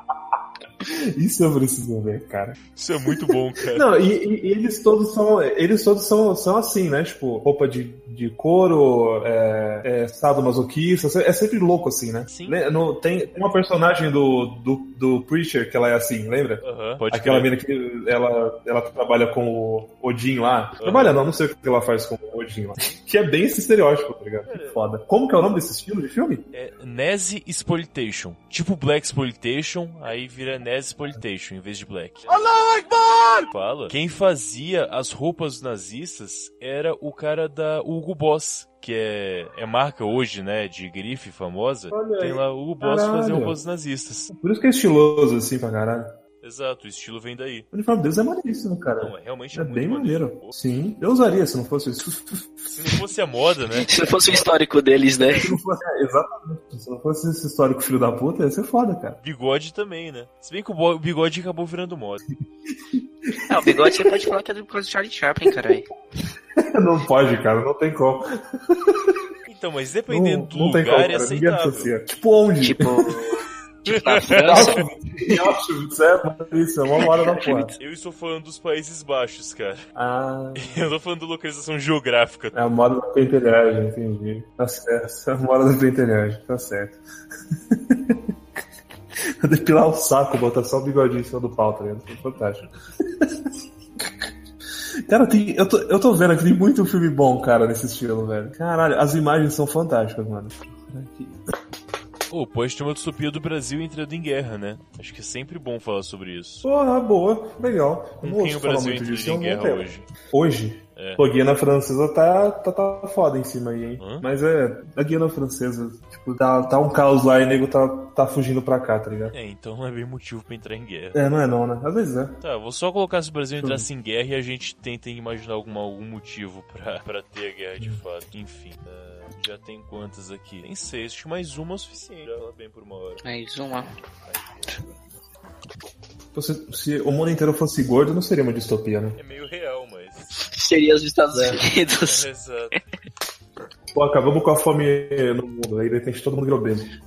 Isso eu preciso ver, cara. Isso é muito bom, cara. Não, e, e- e eles todos são. Eles todos são, são assim, né? Tipo, roupa de, de couro, é, é, sadomasoquista, se- é sempre louco assim, né? Sim. Le- no- tem tem uma personagem do, do, do Preacher que ela é assim, lembra? Aham, pode Aquela crer. menina que ela, ela trabalha com o Odin lá. Aham. Trabalha não, não sei o que ela faz com o Odin lá. Que é bem esse estereótipo, tá ligado? Que Foda. Como que é o nome desse estilo de filme? É Nazi Exploitation. Tipo Black Exploitation, aí vira Nazi Exploitation em vez de Black. Fala. Quem fazia as roupas nazistas era o cara da Hugo Boss, que é, é marca hoje, né, de grife famosa. Olha Tem aí. lá o Hugo Boss Caralho. fazendo roupas nazistas. Por isso que é estiloso assim pra caralho. Exato, o estilo vem daí. O uniforme deles é maneiríssimo, cara. Não, é realmente É muito bem maneiro. maneiro. Sim. Eu usaria se não fosse isso. <laughs> Se não fosse a moda, né? Se não fosse o histórico deles, né? Se não fosse, é, exatamente. Se não fosse esse histórico filho da puta, ia ser foda, cara. <laughs> Bigode também, né? Se bem que o bo- o bigode acabou virando moda. Não, o bigode você pode falar que <laughs> é do coisa do Charlie Chaplin, caralho. Não pode, cara. Não tem como. Então, mas Não, dependendo não do tem lugar é como, cara. Ninguém aceitável. associa. Tipo onde? <laughs> <laughs> Tipo. tipo, Na França. Auschwitz. Auschwitz, é, mano, isso. É uma hora da porra. Eu estou falando dos Países Baixos, cara. <laughs> Ah, Eu não tô falando da localização geográfica. é a moda da pentelhagem, entendi. Tá certo. É a moda da pentelhagem, tá <laughs> certo. Depilar o saco, botar só o bigodinho em cima do pau, tá ligado? Fantástico. <laughs> Cara, tem, eu, tô, eu tô vendo aqui, tem muito filme bom, cara, nesse estilo, velho. Caralho, as imagens são fantásticas, mano. Pô, pode ter uma distopia do Brasil entrando em guerra, né? Acho que é sempre bom falar sobre isso. Porra, boa, legal. Com ouço quem o falar Brasil muito entra disso, em não guerra tem. um hoje? Hoje? É. Pô, a Guiana Francesa tá, tá, tá foda em cima aí, hein? Hã? Mas é, a Guiana Francesa, tipo, tá, tá um caos lá e o nego tá, tá fugindo pra cá, tá ligado? É, então não é bem motivo pra entrar em guerra. É, não é não, né? Às vezes é. Tá, vou só colocar se o Brasil entrasse em guerra e a gente tenta imaginar alguma, algum motivo pra, <laughs> pra ter a guerra de fato. Enfim, ah, já tem quantas aqui? Tem seis, acho que mais uma é o suficiente. Já fala bem por uma hora. Mais uma. Pô, Se, se o mundo inteiro fosse gordo, não seria uma distopia, né? É meio real, mas. <laughs> é, Seria os Estados Unidos. Exato. Pô, acabamos com a fome no mundo, aí de repente todo mundo virou obeso. <laughs>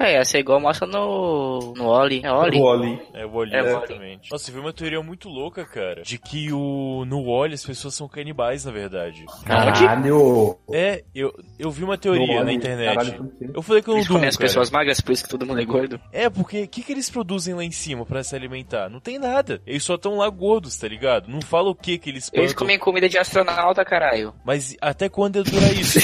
É, ia ser igual mostra no. No Oli. É Oli? O Oli. É o Wally, É, Wall-E. exatamente. Nossa, eu vi uma teoria muito louca, cara. De que o no Wally as pessoas são canibais, na verdade. Caralho! É, eu, eu vi uma No teoria na Wall-E, internet. Caralho, como que é? Eu falei que eu não Eles durmo, comem cara. as pessoas magras, por isso que todo mundo é gordo. É, porque o que, que eles produzem lá em cima pra se alimentar? Não tem nada. Eles só estão lá gordos, tá ligado? Não fala o que que eles plantam. Eles comem comida de astronauta, caralho. Mas até quando ia durar <laughs> isso?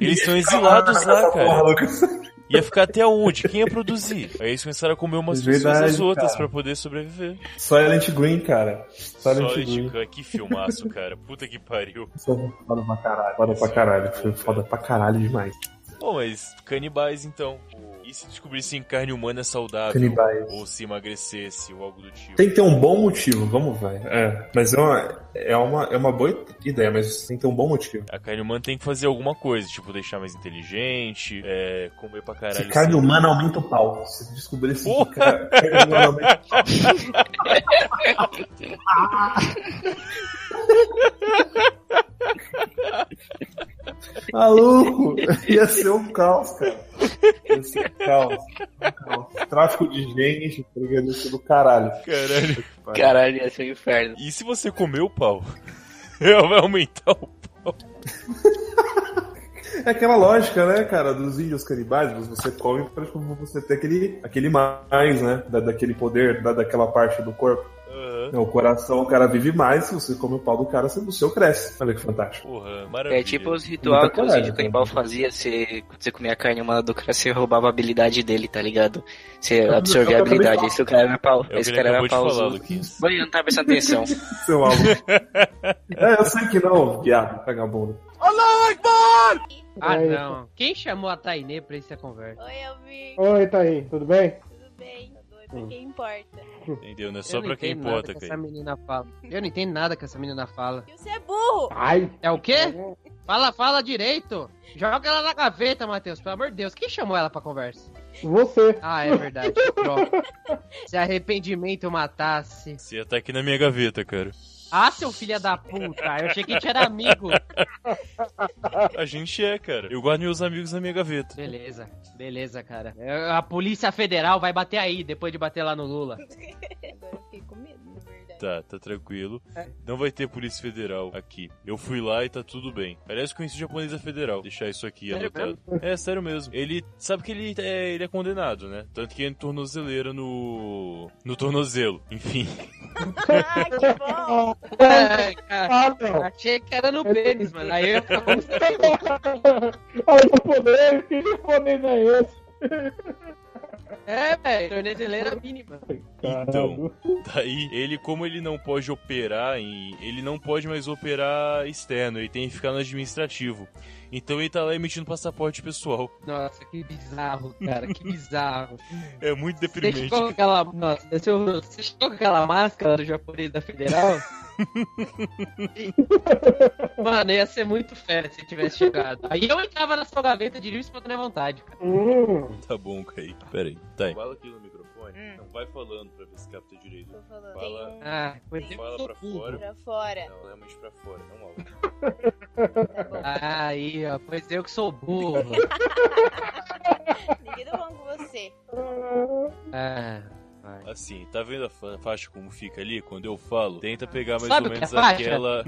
eles são exilados lá, Essa porra, cara. Lucas. Ia ficar até onde? Quem ia produzir? Aí eles começaram a comer umas pessoas Verdade, às outras cara. pra poder sobreviver. Silent Green, cara. Silent, Solid, Green. cara, que filmaço, cara. Puta que pariu. Isso é Foda pra caralho. Foda pra caralho. Foi foda pra caralho demais. Bom, mas canibais então. E se descobrissem carne humana saudável? Canibais. Ou se emagrecesse ou algo do tipo? Tem que ter um bom motivo, vamos ver. É, mas é uma, é, uma, é uma boa ideia, mas tem que ter um bom motivo. A carne humana tem que fazer alguma coisa, tipo deixar mais inteligente, é, comer pra caralho. Se carne sem- humana aumenta o pau. Se descobrir esse Porra! cara, carne humana aumenta o pau. <laughs> Maluco! Tá Ia ser um caos, cara. Ia ser um caos. Um caos. Tráfico de gente, tá ligado? Ia ser do caralho. Caralho. Caralho, ia ser um inferno. E se você comer o pau? <laughs> Ela vai aumentar o É aquela lógica, né, cara, dos índios canibais, mas você come pra tipo, você ter aquele, aquele mais, né? Da, daquele poder, da, daquela parte do corpo. Aham. Não, o coração, o cara vive mais, se você come o pau do cara, você- o seu cresce. Olha que fantástico. Porra, maravilha. É tipo os ritual Muita que os coragem, índios cara. canibal fazia, você, quando você comia a carne humana do cara, você roubava a habilidade dele, tá ligado? Você eu absorvia a acabei de habilidade, falar. esse cara era pau, É o que esse ele cara acabou era de falar, pauzudo. Lucas. Mano, eu não tava prestando atenção. Seu maluco. é, eu sei que não, viado, vagabundo. Ah, Aí. não. Quem chamou a Tainê pra essa conversa? Oi, Almir. Oi, tá aí, tudo bem? Tudo bem? Oi, pra quem importa. Entendeu, né? Eu Só não pra quem entendo nada importa, que cara. essa menina fala. Eu não entendo nada que essa menina fala. E você é burro! Ai, É o quê? Fala, fala direito. Joga ela na gaveta, Matheus, pelo amor de Deus. Quem chamou ela pra conversa? você. Ah, é verdade. Bom, se arrependimento matasse. Você ia tá aqui na minha gaveta, cara. Ah, seu filho da puta, eu achei que a gente era amigo. A gente é, cara. Eu guardo meus amigos na minha gaveta. Beleza, beleza, cara. É, A Polícia Federal vai bater aí, depois de bater lá no Lula. Agora eu fiquei com medo, na verdade. <laughs> Tá, tá tranquilo. Não vai ter Polícia Federal aqui. Eu fui lá e tá tudo bem. Aliás, conheci japonesa federal. Deixar isso aqui anotado. É, sério mesmo. Ele sabe que ele é, ele é condenado, né? Tanto que é tornozeleira no. no tornozelo. <laughs> Enfim. Ah, que bom! <laughs> É, cara, Ah, não. achei que era no pênis, mano. Aí eu <laughs> Olha o japonês, que japonês é esse? É, velho, tornezeleira mínima. Caralho. então, Daí, ele, como ele não pode operar em. Ele não pode mais operar externo, ele tem que ficar no administrativo. Então ele tá lá emitindo passaporte pessoal. Nossa, que bizarro, cara, que bizarro. É muito Deixa eu deprimente. colocar aquela. Nossa, deixa eu- você chegou com aquela máscara do japonês da federal? Mano, ia ser muito fera se tivesse chegado. Aí eu entrava na sua gaveta de livros pra à vontade. cara. Hum, <laughs> Tá bom, Kaique. Pera aí. Tá aí. Fala aqui no microfone. Hum. Não, vai falando pra ver se capta direito. Tô falando. Fala. Tem um Ah, foi Sim. sempre Fala pra fora. pra fora. Não, realmente pra fora, não mal. Tá bom. ah, Aí, ó, pois eu que sou burro. Ninguém tá falando com você. Ah. <laughs> Assim, tá vendo a fa- faixa como fica ali? Quando eu falo, tenta pegar mais Sabe ou o que menos é faixa? aquela.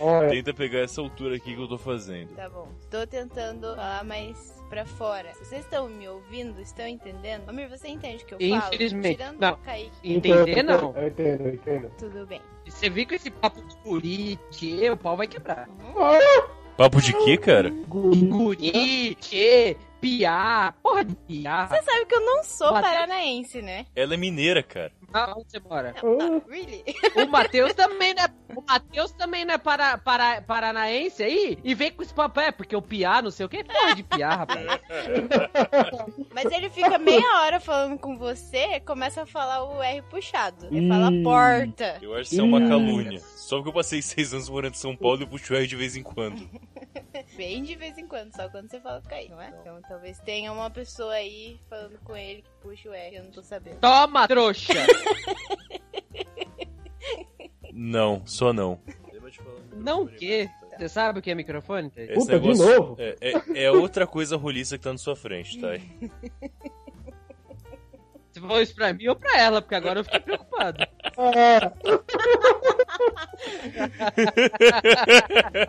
Olha, tenta pegar essa altura aqui que eu tô fazendo. Tá bom. Tô tentando falar mais pra fora. Vocês estão me ouvindo? Estão entendendo? Amir, você entende o que eu falo? Infelizmente, Tirando não. o Kaique, Entender entendo, não. Então, Eu entendo, eu entendo. tudo bem. Você viu com esse papo de guri, que o pau vai quebrar. Papo de quê, cara? Guri. Guri, que, piá, porra de piá. Você sabe que eu não sou Bateu. paranaense, né? Ela é mineira, cara. Ah, onde você mora? Ah, Really? O Matheus também não é, o Matheus também não é para, para, paranaense aí? E vem com esse papo, é, porque o piá, não sei o que, porra de piá, rapaz. Mas ele fica meia hora falando com você, começa a falar o R puxado. Ele fala porta. Eu acho que isso é uma calúnia. Só porque eu passei <laughs> seis anos morando em São Paulo e eu puxo R de vez em quando. Bem de vez em quando, só quando você fala com ele, não é? Então talvez tenha uma pessoa aí falando com ele que puxa o R, eu não tô sabendo. Toma, trouxa! Não, só não. Não que. Você sabe o que é microfone? Thaís? Esse Puta, de negócio novo? É, é- é outra coisa roliça que tá na sua frente, tá? Se for isso pra mim ou pra ela, porque agora eu fiquei preocupado. É. <laughs>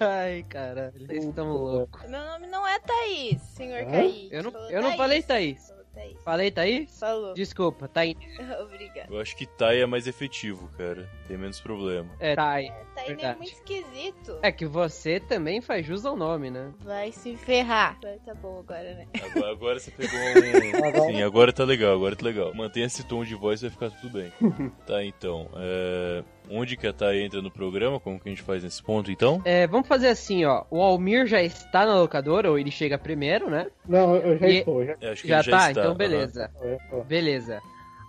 Ai, cara, vocês estão loucos. Meu nome não é Thaís, senhor Hã? Kaique. Eu não, Falou eu não falei Thaís. Falou Thaís. Falei Thaís? Falou. <laughs> Desculpa, tá Thaí. Obrigada. Eu acho que Tai é mais efetivo, cara. Tem menos problema. É, Thaí. Thaís é Verdade. muito esquisito. É que você também faz jus ao nome, né? Vai se ferrar. Vai, Tá bom agora, né? Agora, agora você pegou um. Sim, agora tá legal, agora tá legal. Mantenha esse tom de voz vai ficar tudo bem. Tá, então. é, Onde que a Thay entra no programa? Como que a gente faz nesse ponto, então? É, vamos fazer assim, ó. O Almir já está na locadora, ou ele chega primeiro, né? Não, eu já E- estou, já É, acho que já ele já tá, está. então aham. beleza. estou, já estou. Beleza.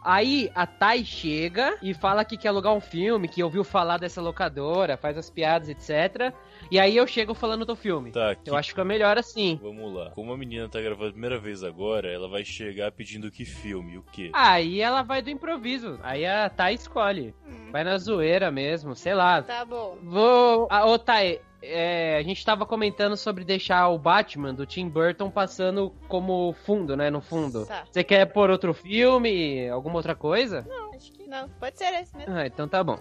Aí a Thay chega e fala que quer alugar um filme, que ouviu falar dessa locadora, faz as piadas, etc. E aí eu chego falando do filme. Tá, aqui. Eu acho que é melhor assim. Vamos lá. Como a menina tá gravando a primeira vez agora, ela vai chegar pedindo que filme, o quê? Aí ela vai do improviso. Aí a Thay escolhe. Hum, Vai na zoeira mesmo, sei lá. Tá bom. Vou. Ah, ô, Thay, é, a gente tava comentando sobre deixar o Batman do Tim Burton passando como fundo, né? No fundo. Tá. Você quer pôr outro filme? Alguma outra coisa? Não, acho que não. Pode ser esse mesmo. Ah, então tá bom.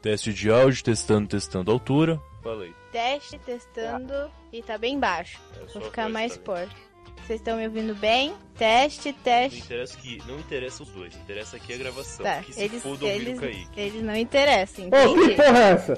Teste de áudio, testando, testando altura. Falei. Teste, testando. E tá bem baixo. É só Vou ficar voz, mais tá vendo? forte. Vocês estão me ouvindo bem? Teste, Não teste. interessa que não interessa os dois, interessa aqui a gravação. Tá, que se eles, foda ouvir o eles, Kaique. eles não interessam, Ô, que entendi? porra é essa?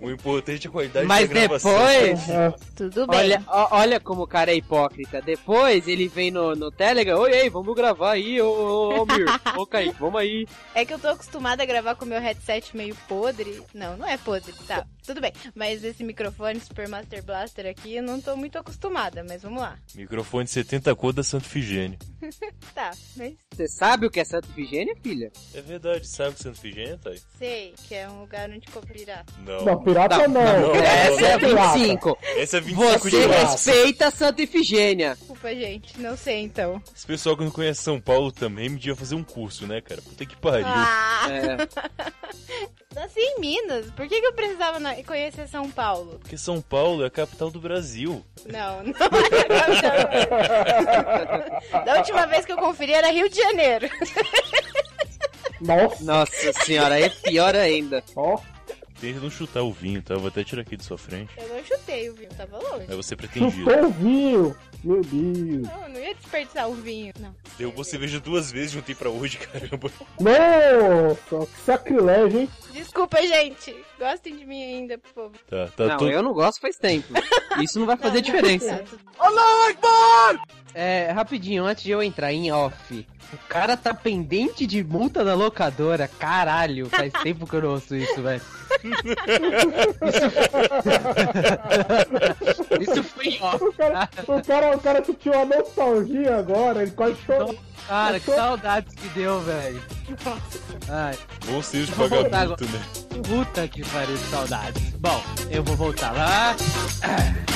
O importante é a qualidade Mas da gravação. depois. É, Tudo bem. Olha, ó- olha como o cara é hipócrita. Depois ele vem no, no Telegram, oi ei, vamos gravar aí, ô, ô, ô Mir, ô Kaique, vamos aí. É que eu tô acostumada a gravar com meu headset meio podre. Não, não é podre, tá. Tudo bem. Mas esse microfone Super Master Blaster aqui, eu não tô muito acostumada, mas vamos lá. Microfone de 70 cor da Santo Figênio. Tá, mas Você sabe o que é Santo Vigênia, filha? É verdade, sabe o Santo Figênio, Thay? sei que é um lugar onde compra pirata. Não. Não, pirata não. não, não. Essa é pirata. 25. Essa é 25 Você de março. respeita Santa Ifigênia. Desculpa, Desculpa, gente. Não sei, então. Esse pessoal que não conhece São Paulo também me devia fazer um curso, né, cara? Puta que pariu. Ah! É, É. <laughs> Nasci em Minas. Por que, que eu precisava na- conhecer São Paulo? Porque São Paulo é a capital do Brasil. Não, <laughs> não era Da última vez que eu conferi era Rio de Janeiro. Nossa, nossa senhora, aí é pior ainda. ó. Tenta não chutar o vinho, tá? Eu Vou até tirar aqui de sua frente. Eu não chutei o vinho, tava longe. É você pretendido. Chutou o vinho. Meu Deus. Não, eu não ia desperdiçar o vinho. Não. Eu vou cerveja duas vezes de ontem pra hoje, <laughs> caramba. Nossa, que sacrilégio, hein? Desculpa, gente. Gostem de mim ainda, por favor. Tá, tá não, todo. eu não gosto faz tempo. Isso não vai fazer não, diferença. tá tudo- É, rapidinho, antes de eu entrar em off. O cara tá pendente de multa da locadora. Caralho, faz tempo que eu não ouço isso, velho. Isso... isso foi em off. O cara, o cara, o cara sentiu uma nostalgia agora, ele quase chorou. Cara, que saudades que deu, velho. Ai, Bom seja de Vou voltar vagabundo, né? puta que pariu, saudades. Bom, eu vou voltar lá. Ah.